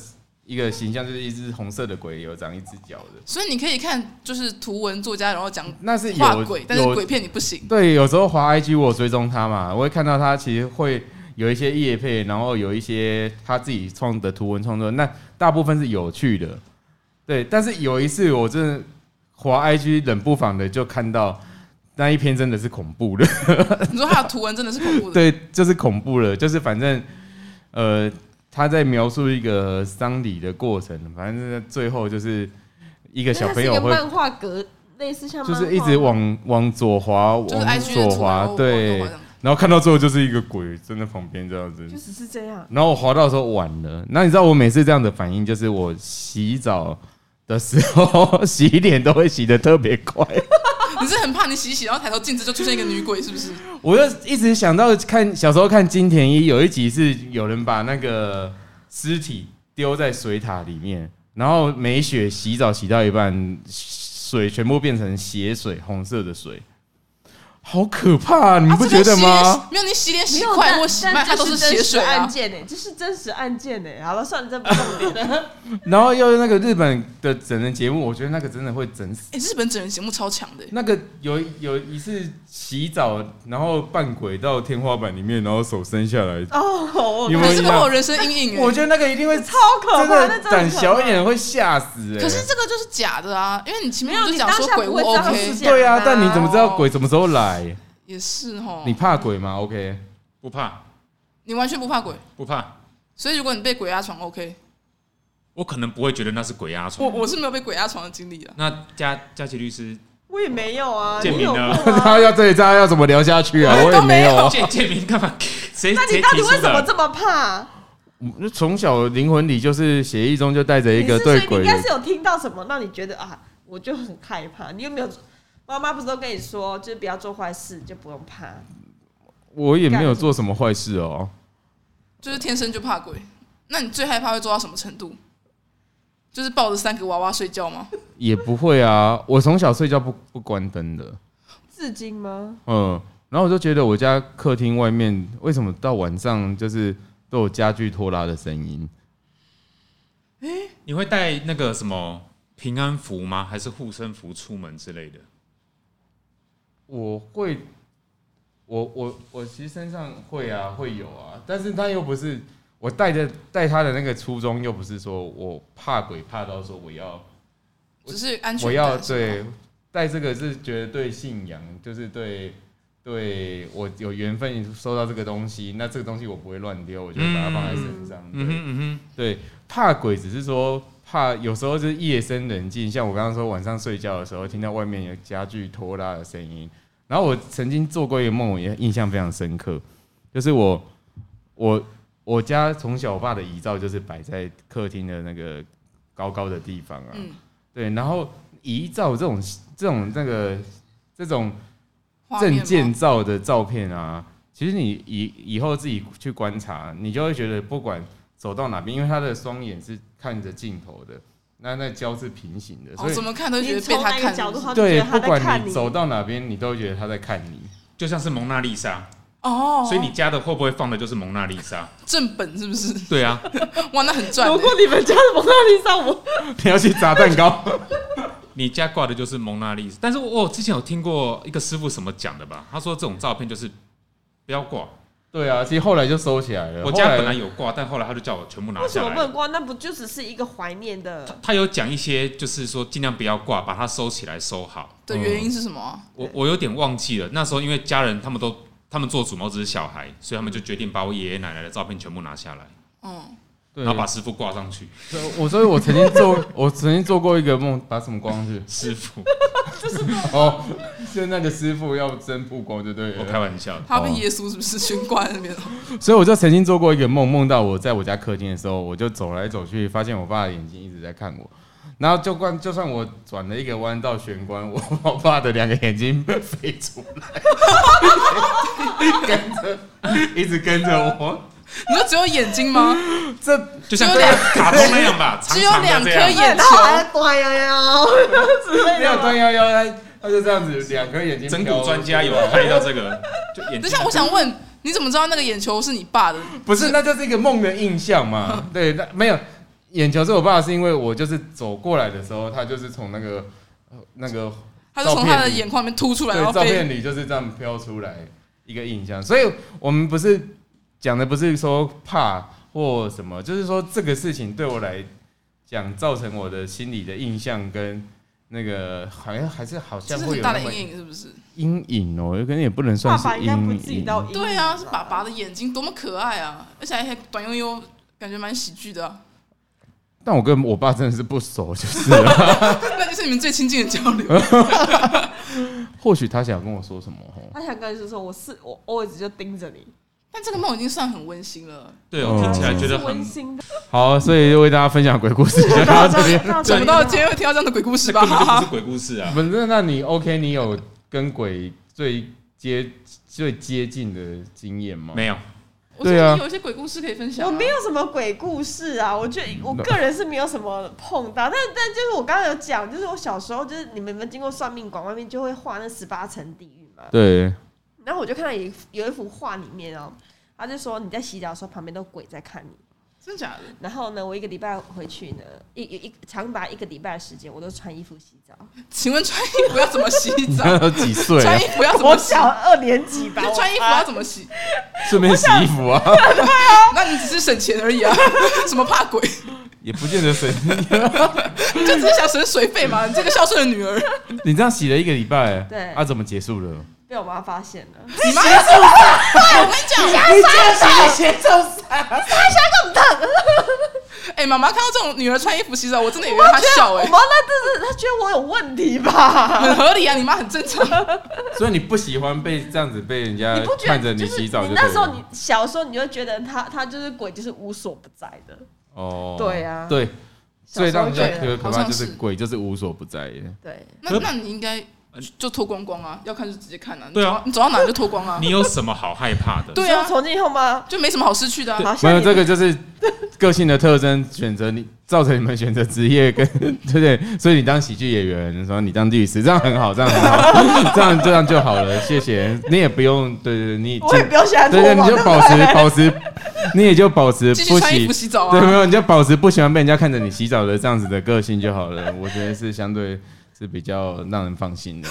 S1: 一个形象就是一只红色的鬼，有长一只脚的。
S3: 所以你可以看就是图文作家，然后讲
S1: 那是
S3: 画
S1: 有
S3: 鬼，但是
S1: 有
S3: 鬼片你不行。
S1: 对，有时候滑 IG 我有追踪他嘛，我会看到他其实会有一些业配，然后有一些他自己创的图文创作，那大部分是有趣的。对，但是有一次我真的滑 IG 冷不防的就看到那一篇真的是恐怖的，
S3: 你说他的图文真的是 恐怖的，
S1: 对，就是恐怖了，就是反正呃他在描述一个丧礼的过程，反正最后就是一个小朋友
S2: 那它是一
S1: 会
S2: 个漫画格，类似像
S1: 就
S2: 漫画
S1: 是一直往往左滑，
S3: 就是
S1: 往
S3: IG 的
S1: 左
S3: 图文啊
S1: 滑
S3: 然后，
S1: 啊对
S3: 往。左滑这样
S1: 然后看到最后就是一个鬼站在旁边这样子
S2: 就，只是这样。
S1: 然后我滑到的时候晚了。那你知道我每次这样的反应，就是我洗澡的时候 洗脸都会洗的特别快，
S3: 你是很怕你洗一洗，然后抬头镜子就出现一个女鬼，是不是？
S1: 我就一直想到看小时候看金田一有一集是有人把那个尸体丢在水塔里面，然后美雪洗澡洗到一半，水全部变成血水，红色的水，好可怕、你
S3: 啊
S1: 不
S3: 这跟
S1: 觉得
S3: 洗
S1: 吗？
S3: 脸没有，你洗脸
S2: 没
S3: 洗
S2: 有
S3: 快
S2: 但
S3: 或洗
S2: 但
S3: 慢，
S2: 这
S3: 它都
S2: 是真
S3: 血
S2: 实
S3: 水啊
S2: 案。件呢、这是真实案件呢、好了，算了，这不重点了。
S1: 然后又那个日本的整人节目，我觉得那个真的会整死。
S3: 哎，日本整人节目超强的，欸
S1: 那个有有一次洗澡，然后半鬼到天花板里面，然后手伸下来，
S2: 哦，我
S1: 有没有
S3: 可
S1: 印
S3: 是会
S1: 象
S3: 有人生阴影哎。
S1: 我觉得那个一定会
S2: 超可
S1: 真
S2: 怕，那
S1: 的
S2: 真的
S1: 胆
S2: 很可
S1: 小
S2: 怕
S1: 一点会吓死、欸。
S3: 可是这个就是假的啊，因为你前
S2: 没
S3: 面
S2: 有，
S3: 就
S2: 你
S3: 讲
S2: 当
S3: 说
S2: 下
S3: 鬼
S2: 不
S3: 屋
S2: 会知道是
S3: OK，
S2: 假的啊
S1: 对啊，但你怎么知道鬼什么时候来？
S3: 也是哦。
S1: 你怕鬼吗？OK，
S4: 不怕
S3: 你完全不怕鬼，
S4: 不怕，
S3: 所以如果你被鬼压床 OK，
S4: 我可能不会觉得那是鬼压
S3: 我
S4: 床。
S3: 我是没有被鬼压床的经历啊。
S4: 那佳佳琪律师，
S2: 我也没有啊，
S4: 建
S2: 你
S4: 明
S2: 有
S4: 呢
S2: 过吗
S1: 他要这一招要怎么聊下去 啊？
S3: 我
S1: 我也
S3: 都
S1: 没
S3: 没
S1: 有
S3: 有
S1: 啊。
S4: 建建明干嘛？ 谁
S2: 那
S4: 谁
S2: 你到
S4: 提
S2: 底为
S4: 出
S2: 什么
S4: 的？
S2: 这么怕？
S1: 我从小灵魂里就是血液中就带着一
S2: 你
S1: 个
S2: 是所
S1: 对
S2: 以你
S1: 鬼
S2: 应
S1: 的
S2: 该是有听到什么让你觉得啊，我就很害怕。你有没有？妈妈不是都跟你说，就是不要做坏事，就不用怕。
S1: 我也没有做什么坏事哦。
S3: 就是天生就怕鬼。那你最害怕会做到什么程度？就是抱着三个娃娃睡觉吗？
S1: 也不会啊，我从小睡觉不不关灯的，
S2: 至今吗？
S1: 嗯，然后我就觉得我家客厅外面为什么到晚上就是都有家具拖拉的声音？
S4: 你会带那个什么平安符吗？还是护身符出门之类的？
S1: 我会，我我我其实身上会啊，会有啊，但是他又不是我带着带他的那个初衷，又不是说我怕鬼怕到说我要我
S3: 只是安全
S1: 我
S3: 感
S1: 要
S3: 是吗
S1: 对带这个是觉得对信仰，就是对对我有缘分收到这个东西，那这个东西我不会乱丢，我就会把它放在身上。
S4: 嗯
S1: 对
S4: 哼嗯
S1: 对，怕鬼只是说怕有时候就是夜深人静，像我刚刚说晚上睡觉的时候听到外面有家具拖拉的声音。然后我曾经做过一个梦，我也印象非常深刻，就是我我我家从小我爸的遗照就是摆在客厅的那个高高的地方啊，
S3: 嗯，
S1: 对，然后遗照这种这种那个这种
S3: 画面
S1: 证
S3: 吗
S1: 件照的照片啊，其实你以以后自己去观察，你就会觉得不管走到哪边，因为他的双眼是看着镜头的，那那焦是平行的，所
S3: 哦，
S1: 以、
S3: 怎么看都觉
S2: 你
S3: 得被
S2: 从
S3: 他
S2: 哪个
S3: 看
S2: 角度，他哦就觉
S1: 对，
S2: 得
S1: 不
S2: 他在
S1: 管
S2: 看
S1: 你
S2: 你。
S1: 走到哪边，你都会觉得他在看你。
S4: 哼，就像是蒙娜丽莎，
S3: 哦，
S4: 所以你家的会不会放的就是蒙娜丽莎？
S3: 正本是不是？
S4: 对啊，
S3: 哇，那很赚
S2: 如
S3: 欸。
S2: 果你们家的蒙娜丽 莎，我
S1: 你要去砸蛋糕，
S4: 你家挂的就是蒙娜丽莎。但是我我之前有听过一个师傅什么讲的吧？他说这种照片就是不要挂。
S1: 对啊，其实后来就收起来了。
S4: 我家
S1: 后
S4: 本来有挂，但后来他就叫我全部拿
S2: 为什
S4: 下
S2: 么不
S4: 来
S2: 能。挂？那不就只是一个怀念的？
S4: 他有讲一些，就是说尽量不要挂，把它收起来收好。
S3: 的原
S1: 嗯
S3: 因是什么啊？
S4: 我我有点忘记了，那时候因为家人他们都他们做主嘛，我只是小孩，所以他们就决定把我爷爷奶奶的照片全部拿下来，
S3: 嗯，
S1: 对
S4: 然后把师傅挂上去。
S1: 我所以，我曾经做，我曾经做过一个梦，把什么光去？
S4: 师傅，
S1: 哦， 是那个师傅要真曝光就对
S4: 我
S1: 了
S4: 开。玩笑的。
S3: 他被
S1: 哦
S3: 耶稣是不是悬挂在那边？
S1: 所以我就曾经做过一个梦，梦到我在我家客厅的时候，我就走来走去，发现我爸的眼睛一直在看我。然后就关，就算我转了一个弯到玄关，我我爸的两个眼睛飞出来，跟着一直跟着我。
S3: 你说只有眼睛 吗？
S1: 这
S4: 就像
S3: 只有两
S4: 卡通那样吧，长
S3: 只有
S4: 长
S3: 两
S4: 的这
S3: 颗
S4: 样。
S3: 眼球，
S2: 端呀呀之类
S1: 没有
S2: 的吗。
S1: 端幺幺，他他就这样子，两颗眼睛
S4: 整
S1: 飘
S4: 蛊专家有拍到这个，就眼睛。
S3: 等一下，我想问，你怎么知道那个眼球是你爸的？
S1: 不是，那就是一个梦的印象嘛。对，那没有眼球是我爸，是因为我就是走过来的时候，他就是从那个呃那个
S3: 他就从他的
S1: 照片里
S3: 眼眶里面凸出来，然后
S1: 对，照
S3: 被
S1: 片里就是这样飘出来一个印象。所以我们不是讲的不是说怕或什么，就是说这个事情对我来讲造成我的心理的印象跟那个好像还是好
S3: 这
S1: 像
S3: 是
S1: 会
S3: 很
S1: 有
S3: 大
S1: 那
S3: 的
S1: 么
S3: 阴影，是不是？
S1: 阴影哦，可能也不能算
S2: 爸
S1: 是
S2: 爸应
S1: 阴
S2: 该不至于
S1: 影。
S2: 到阴影
S3: 对啊，是
S2: 吧
S3: 爸爸的眼睛，多么可爱啊！而且还短悠悠，感觉蛮喜剧的啊、
S1: 但我跟我爸真的是不熟，就是了
S3: 那就是你们最亲近的交
S1: 嗯
S3: 流。
S1: 或许他想跟我说什么哦。
S2: 他想跟你说，说我是我 always 就盯着你，
S3: 但这个梦已经算很温馨了，
S4: 对
S1: 哦
S4: 我听起来觉
S2: 是
S4: 得很
S2: 温馨的。
S1: 好，所以就为大家分享鬼故事就到这边。
S3: 想不到今
S2: 结
S3: 天会听到这样的鬼故事
S4: 这
S3: 吧？
S4: 根本
S3: 哈
S4: 就不是
S3: 哈。
S4: 鬼故事啊！
S1: 不是，那你 OK？你有跟鬼最接最接近的经验吗？
S4: 没有，
S3: 我 觉
S1: 对啊
S3: 得你有一些鬼故事可以分享、啊。
S2: 我没有什么鬼故事啊，我觉得我个人是没有什么碰到，但但就是我刚刚有讲，就是我小时候就是你们有没有经过算命馆外面就会画那十八层地狱嘛，
S1: 对，
S2: 然后我就看到有一有一幅画里面哦，他就说你在洗澡的时候旁边都有鬼在看你，
S3: 真假的？
S2: 然后呢，我一个礼拜回去呢，一一一长达一个礼拜的时间，我都穿衣服洗澡，
S3: 请问穿衣服要怎么洗 澡？
S1: 都几岁
S3: 穿
S1: 啊？
S3: 衣服要怎
S2: 我
S3: 么洗？
S2: 小二年级吧，
S3: 就
S2: 我
S3: 穿衣服要怎么洗？
S1: 顺便洗衣服啊，
S3: 那你只是省钱而已啊， 什么怕鬼？
S1: 也不见得谁。
S3: 你就只是想省水费嘛？你这个孝顺的女儿，
S1: 你这样洗了一个礼拜，
S2: 对
S1: 啊，怎么结束了？
S2: 被我妈发现了，
S3: 你妈也是。对，我跟 你 讲，
S1: 你这样洗的鞋就是
S3: 哎、妈妈看到这种女儿穿衣服洗澡，我真的以为她笑 哎、
S2: 我妈那真是她觉得我有问题 吧？
S3: 很合理啊，你妈很正常。
S1: 所以你不喜欢被这样子被人家
S2: 你不觉
S1: 看
S2: 得
S1: 着你
S2: 就是
S1: 洗澡就
S2: 你
S1: 对了
S2: 那时候你小时候，你会觉得他他就是鬼，就是无所不在的。
S1: 哦，
S2: 对啊
S1: 对，最让人
S2: 小时候
S1: 家
S2: 觉
S1: 可
S2: 得
S1: 可
S3: 好
S1: 怕
S3: 像
S1: 就是
S3: 是
S1: 鬼，就是无所不在耶。
S2: 对，
S3: 那那你应该就脱光光啊，要看就直接看啊。
S4: 对啊
S3: 你走到，你走到哪就脱光啊。
S4: 你有什么好害怕的？
S3: 对
S2: 所以我
S3: 啊，
S2: 从今以后吗？
S3: 就没什么好失去的、啊。
S2: 好，
S1: 没
S2: 下
S1: 有
S2: 一题
S1: 这个就是个性的特征，选择你造成你们选择职业跟 对不对？所以你当喜剧演员，说你当律师，这样很好，这样很好，这样这样就好了。 谢谢，你也不用对对，对你
S2: 我也不用现在
S1: 对
S2: 脱
S1: 对，你
S2: 光，
S1: 就
S2: 对不
S1: 保持
S2: 对？
S1: 保持，你也就保持
S3: 继
S1: 不
S3: 续穿衣
S1: 洗
S3: 服。洗澡
S1: 对，没
S3: 啊。
S1: 有，你就保持不喜欢被人家看着你洗澡的这样子的个性就好 了。我觉得是相对是比较让人放心的，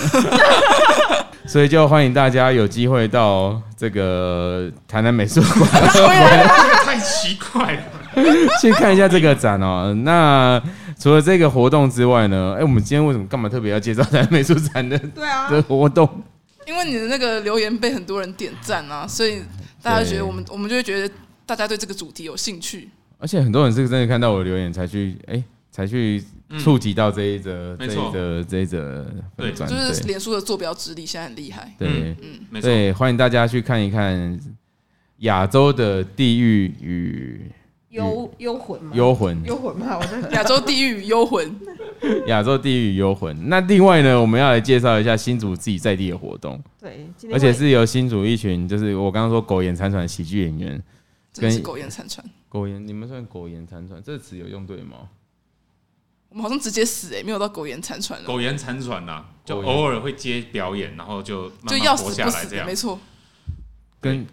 S1: 所以就欢迎大家有机会到这个台南美术馆。
S2: 啊
S3: 回来了，
S4: 这个太奇怪了。
S1: 去看一下这个展哦。那除了这个活动之外呢？哎、我们今天为什么干嘛特别要介绍台南美术展的
S2: 对啊，
S1: 的活动？
S3: 因为你的那个留言被很多人点赞啊，所以大家觉得我们，我们就会觉得大家对这个主题有兴趣。
S1: 而且很多人是真的看到我的留言才去，哎、才去触及到这一则、
S4: 没
S1: 这一
S4: 错
S1: 则、这一则粉专
S3: 就是
S1: 对
S3: 脸书的坐标之力现在很厉害。
S1: 对、
S3: 嗯，
S4: 没错，
S1: 对，欢迎大家去看一看亚洲的地狱与
S2: 幽幽魂嘛，
S1: 幽魂。
S2: 幽魂嘛，我在
S3: 亚洲地狱与幽魂，
S1: 亚洲地狱与幽魂。那另外呢，我们要来介绍一下新竹自己在地的活动，
S2: 对，今天
S1: 而且是由新竹一群就是我刚刚说苟延残喘的喜剧演员。
S3: 真的是
S1: 跟
S3: 苟延残喘。
S1: 苟延，你们算苟延残喘，这个词有用对吗？
S3: 我们好像直接死哎、没有到苟延残喘了，
S4: 苟延残喘呐，就
S1: 苟延
S4: 偶尔会接表演，然后就慢
S3: 就
S4: 慢
S3: 要
S4: 活
S3: 死
S4: 下
S3: 不
S4: 来
S3: 死
S4: 这
S3: 的，
S4: 样
S3: 没。错。
S1: 跟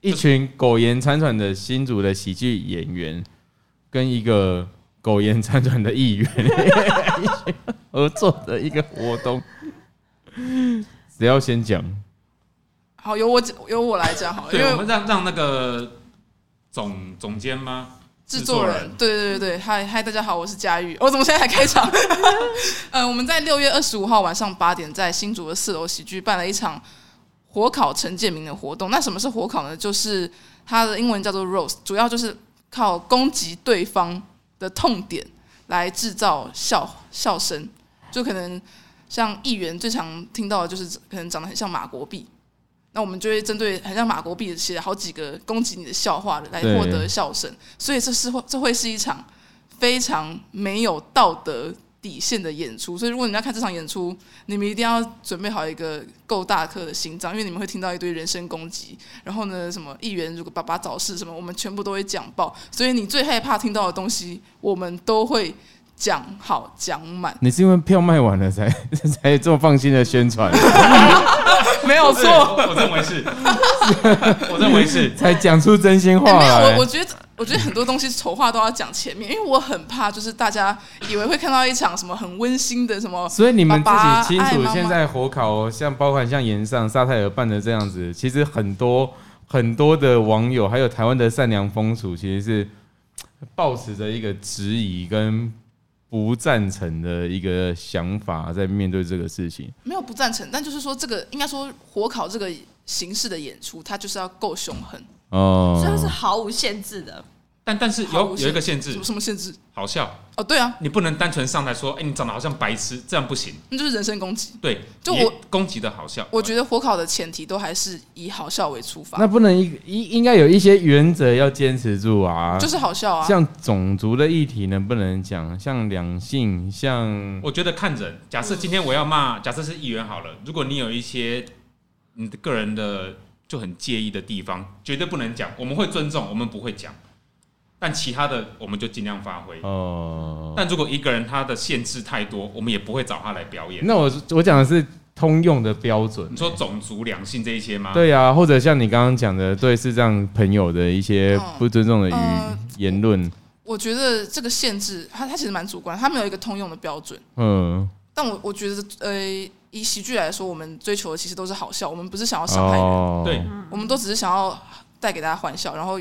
S1: 一群苟延残喘的新竹的喜剧演员，跟一个苟延残喘的议员 合作的一个活动。谁要先讲？
S3: 好，由我讲由我来讲好了，因
S4: 对，我
S3: 为
S4: 们让让那个总总监吗？
S3: 制作人，对对对对，嗨嗨，大家好，我是佳玉。我、哦怎么现在才开场？ 呃，我们在六月二十五号晚上八点，在新竹的四楼喜剧办了一场火烤陈建明的活动。那什么是火烤呢？就是它的英文叫做 roast，主要就是靠攻击对方的痛点来制造笑笑声，就可能像议员最常听到的就是可能长得很像马国碧。那我们就会针对很像马国碧写好几个攻击你的笑话来获得
S1: 对
S3: 笑声，所以这是会这会是一场非常没有道德底线的演出。所以如果你要看这场演出，你们一定要准备好一个够大颗的心脏，因为你们会听到一堆人身攻击。然后呢，什么议员如果爸爸早逝什么，我们全部都会讲爆。所以你最害怕听到的东西，我们都会讲好讲满，
S1: 你是因为票卖完了才 才这么放心的宣 传，
S3: 没有
S4: 不是我
S3: 错。
S4: 我认为是，我认为是。
S1: 才讲出真心话
S3: 哎没有，
S1: 来
S3: 我我？觉得我觉得很多东西丑话都要讲前面，因为我很怕就是大家以为会看到一场什么很温馨的什么
S1: 所以你们自
S3: 爸爸
S1: 己清
S3: 爱
S1: 楚
S3: 妈，妈
S1: 现在火烤哦像包含像岩上、沙泰尔办的这样子，其实很多很多的网友，还有台湾的善良风俗，其实是抱持着一个质疑跟不赞成的一个想法，在面对这个事情。
S3: 没有不赞成，但就是说这个应该说火烤这个形式的演出，它就是要够凶狠，
S1: 哦
S2: 所以它是毫无限制的，
S4: 但但是
S3: 毫无
S4: 有有一个限
S3: 什
S4: 制
S3: 么，什么限制？
S4: 好笑，
S3: 哦，对啊，
S4: 你不能单纯上台说，哎，你长得好像白痴，这样不行。
S3: 那就是人身攻击。
S4: 对，
S3: 就
S4: 你
S3: 我
S4: 攻击的好笑，
S3: 我觉得火烤的前提都还是以好笑为出发
S1: 那，不能一一应该有一些原则要坚持住啊，
S3: 就是好笑啊。
S1: 像种族的议题能不能讲，像两性，像
S4: 我觉得看人，假设今天我要骂，假设是议员好了，如果你有一些你的个人的就很介意的地方，绝对不能讲。我们会尊重，我们不会讲，但其他的我们就尽量发挥。
S1: 哦，
S4: 但如果一个人他的限制太多，我们也不会找他来表演。
S1: 那我我讲的是通用的标准。
S4: 你说种族、两性这一些
S3: 啊
S4: 吗？
S1: 对呀、或者像你刚刚讲的，对视障朋友的一些
S3: 嗯
S1: 不尊重的语、
S3: 呃
S1: 言论，
S3: 我觉得这个限制，它它其实蛮主观，它没有一个通用的标准。
S1: 嗯，
S3: 但我我觉得，呃，以喜剧来说，我们追求的其实都是好笑，我们不是想要伤害人，
S1: 哦，
S4: 对，
S3: 我们都只是想要带给大家欢笑，然后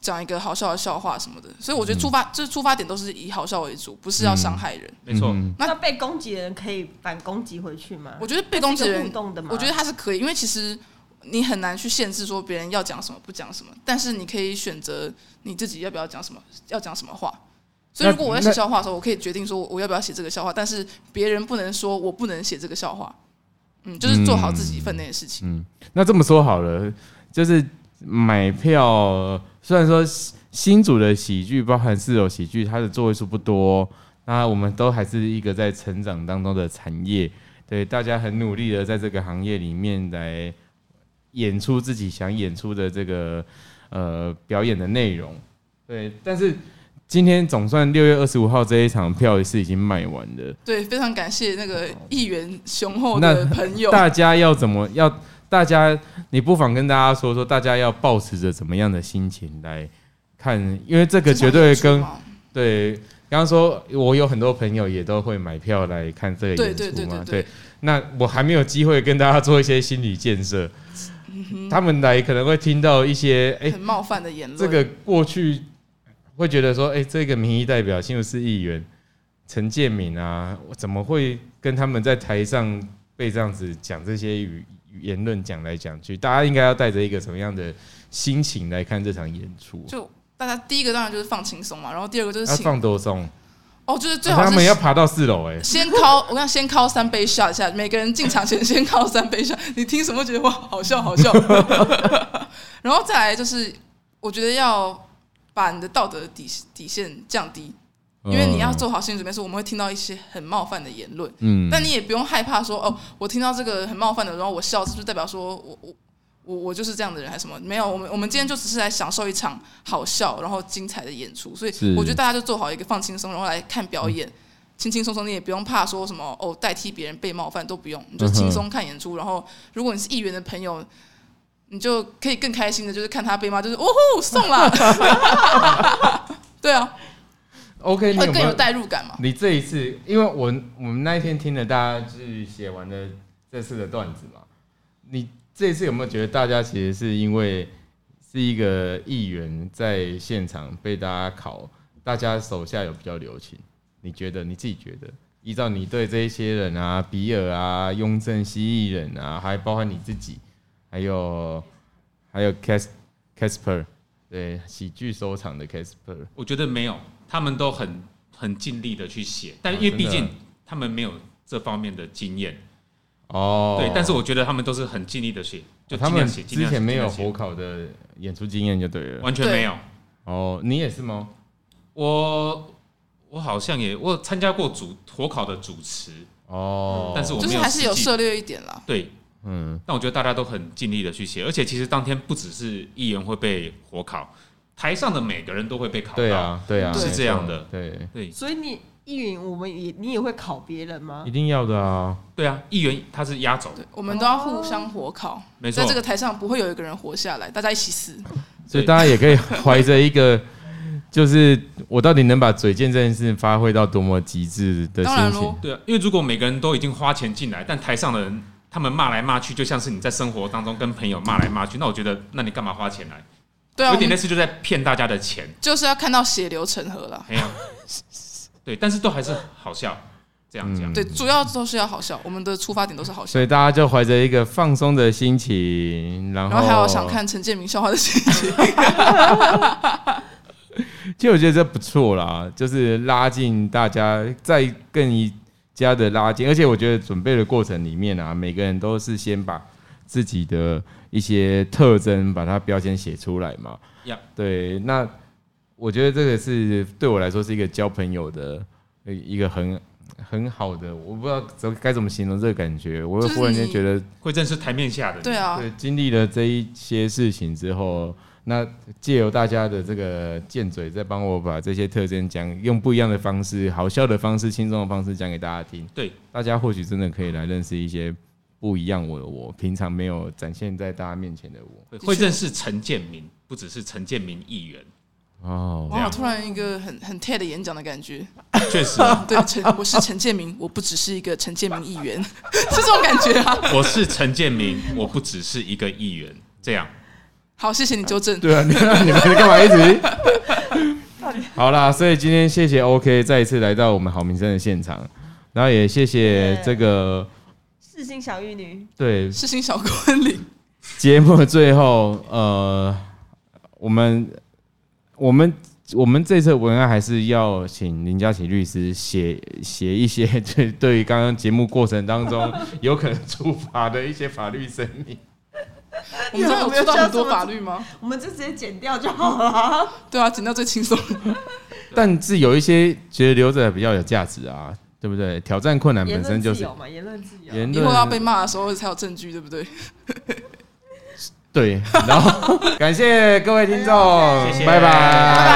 S3: 讲一个好笑的笑话什么的。所以我觉得出发、就是出发点都是以好笑为主，不是要伤害人。
S4: 没错。
S1: 嗯
S2: 那被攻击的人可以反攻击回去吗？
S3: 我觉得被攻击
S2: 是一
S3: 的
S2: 个
S3: 人
S2: 互，动的吗？
S3: 我觉得他是可以，因为其实你很难去限制说别人要讲什么不讲什么，但是你可以选择你自己要不要讲什么，要讲什么话。所以
S1: 那
S3: 如果我要写
S1: 那
S3: 笑话的时候，我可以决定说我我要不要写这个笑话，但是别人不能说我不能写这个笑话。嗯，就是做好自己分内的事情。
S1: 嗯那这么说好了，就是买票，虽然说新组的喜剧包含四楼喜剧，它的座位数不多，那我们都还是一个在成长当中的产业，对，大家很努力的在这个行业里面来演出自己想演出的这个呃表演的内容，对，但是。今天总算六月二十五号这一场票是已经卖完了，
S3: 对，非常感谢那个议员雄厚
S1: 那
S3: 的朋友。
S1: 大家要怎么要？大家，你不妨跟大家说说，大家要保持着怎么样的心情来看，因为这个绝对跟
S3: 啊
S1: 对刚刚说，我有很多朋友也都会买票来看这个
S3: 对
S1: 演出
S3: 对对
S1: 嘛。
S3: 对对
S1: 那我还没有机会跟大家做一些心理建设，
S3: 嗯
S1: 他们来可能会听到一些，哎、
S3: 很冒犯的言论。
S1: 这个过去会觉得说，哎、这个民意代表新竹市议员陈建敏啊，我怎么会跟他们在台上被这样子讲这些语语言论讲来讲去？大家应该要带着一个什么样的心情来看这场演出？啊
S3: 就大家第一个当然就是放轻松嘛，然后第二个就是
S1: 要
S3: 请
S1: 放多松，
S3: 哦，就是最好
S1: 他
S3: 是
S1: 们要爬到四楼哎、
S3: 先敲，我想先敲三杯下一下，每个人进场前先敲三杯下，你听什么觉得哇好笑好笑，然后再来就是我觉得要把你的道德底底线降低，因为你要做好心理准备，是我们会听到一些很冒犯的言论，
S1: 嗯，
S3: 但你也不用害怕说哦，我听到这个很冒犯的，然后我笑，是不是代表说哦我我我我就是这样的人还是什么？没有，我们我们今天就只是来享受一场好笑然后精彩的演出，所以
S1: 是
S3: 我觉得大家就做好一个放轻松，然后来看表演，轻轻松松，你也不用怕说什么哦代替别人被冒犯都不用，你就
S1: 嗯哼
S3: 轻松看演出。然后如果你是议员的朋友。你就可以更开心的，就是看他被骂，就是哦吼送 啦， 对啊，
S1: OK，你哎
S3: 会
S1: 有没
S3: 更有
S1: 有？
S3: 代入感嘛。
S1: 你这一次，因为我我们那一天听了大家就是写完了这次的段子嘛，你这一次有没有觉得大家其实是因为是一个议员在现场被大家考，大家手下有比较留情？你觉得你自己觉得？依照你对这一些人啊，比尔啊、雍正、蜥蜴人啊，还包括你自己，还有还有 Cas Casper，对喜剧收场的 Casper，
S4: 我觉得没有，他们都很很尽力的去写，但
S1: 哦
S4: 因为
S1: 真
S4: 毕
S1: 的
S4: 竟他们没有这方面的经验，
S1: 哦，
S4: 对。但是我觉得他们都是很尽力的写，就
S1: 哦他
S4: 尽
S1: 们
S4: 量写。尽
S1: 之
S4: 量写
S1: 前没有
S4: 尽
S1: 火
S4: 量写
S1: 烤的演出经验就对了。
S4: 完全没有。
S1: 哦，你也是吗？
S4: 我我好像也我有参加过主火烤的主持，
S1: 哦，
S4: 但是我
S3: 就
S4: 没
S3: 是
S4: 有
S3: 还是有
S4: 实际
S3: 涉猎一点啦，
S4: 对。
S1: 嗯，
S4: 但我觉得大家都很尽力的去写，而且其实当天不只是议员会被火烤，台上的每个人都会被烤到。
S1: 对啊，对啊，
S3: 对
S4: 是这样的
S1: 对，
S4: 对
S2: 所以你议员，我们也你也会考别人吗
S1: 一？定要的啊。
S4: 对啊，议员他是压轴，
S3: 对，我们都要互相火烤。
S4: 没错
S3: 在这。个台上不会有一个人活下来，大家一起死。
S1: 所以大家也可以怀着一个， 就是我到底能把嘴贱这件事发挥到多么极致的
S3: 当然
S1: 心
S3: 咯
S1: 情。
S4: 对啊，因为如果每个人都已经花钱进来，但台上的人他们骂来骂去，就像是你在生活当中跟朋友骂来骂去，那我觉得，那你干嘛花钱来？
S3: 对啊，
S4: 有
S3: 我
S4: 点类
S3: 们
S4: 似就在骗大家的钱，
S3: 就是要看到血流成河了。
S4: 哎呀，对，但是都还是好笑，这样
S1: 嗯
S4: 讲。
S3: 对，主要都是要好笑，我们的出发点都是好笑
S1: 所，以大家就怀着一个放松的心情，然
S3: 然后还有想看陈建明笑话的心情。
S1: 其实我觉得这不错啦，就是拉近大家再更一加的拉近，而且我觉得准备的过程里面啊，每个人都是先把自己的一些特征把它标签写出来嘛。
S4: Yep
S1: 对，那我觉得这个是对我来说是一个交朋友的呃一个很很好的，我不知道怎么该怎么形容这个感觉。我又
S3: 就是
S1: 忽然间
S3: 你
S1: 觉得，
S4: 会认识台面下的你。
S3: 对啊，
S1: 对，经历了这一些事情之后，那借由大家的这个剑嘴，再帮我把这些特征讲，用不一样的方式、好笑的方式、轻松的方式讲给大家听。
S4: 对，
S1: 大家或许真的可以来认识一些不一样我的我，平常没有展现在大家面前的我。
S4: 会会认识陈建明，不只是陈建明议员，
S1: 哦，
S3: 哇，突然一个很很 TED 的演讲的感 觉。
S4: 确实，
S3: 对，陈我是陈建明，我不只是一个陈建明议员， 是这种感觉啊。
S4: 我是陈建明，我不只是一个议员。这样，
S3: 好，谢谢你纠正。
S1: 对啊，你你们干嘛一直？ 好啦，所以今天谢谢 OK 再一次来到我们好民生的现场，然后也谢谢这个
S2: 四星小玉女，
S1: 对
S3: 是新小昆凌，
S1: 节目的最后，呃，我们我们我们这次文案还是要请林佳琪律师写写一些对对于刚刚节目过程当中有可能触发的一些法律声 明。
S3: 我们这边有知道很多法律吗？
S2: 我们就直接剪掉就好了。
S3: 对啊，剪到最轻松。
S1: 但是有一些觉得留着比较有价值啊，对不对？挑战困难
S2: 言
S1: 本
S2: 论
S1: 身就
S2: 自
S1: 是
S2: 由嘛，言论自由。
S1: 言
S3: 以后要被
S1: 论
S3: 骂的时候才有证据，对不对？
S1: 对，然后 感谢各位听众，
S2: 谢
S4: 谢
S1: 拜拜。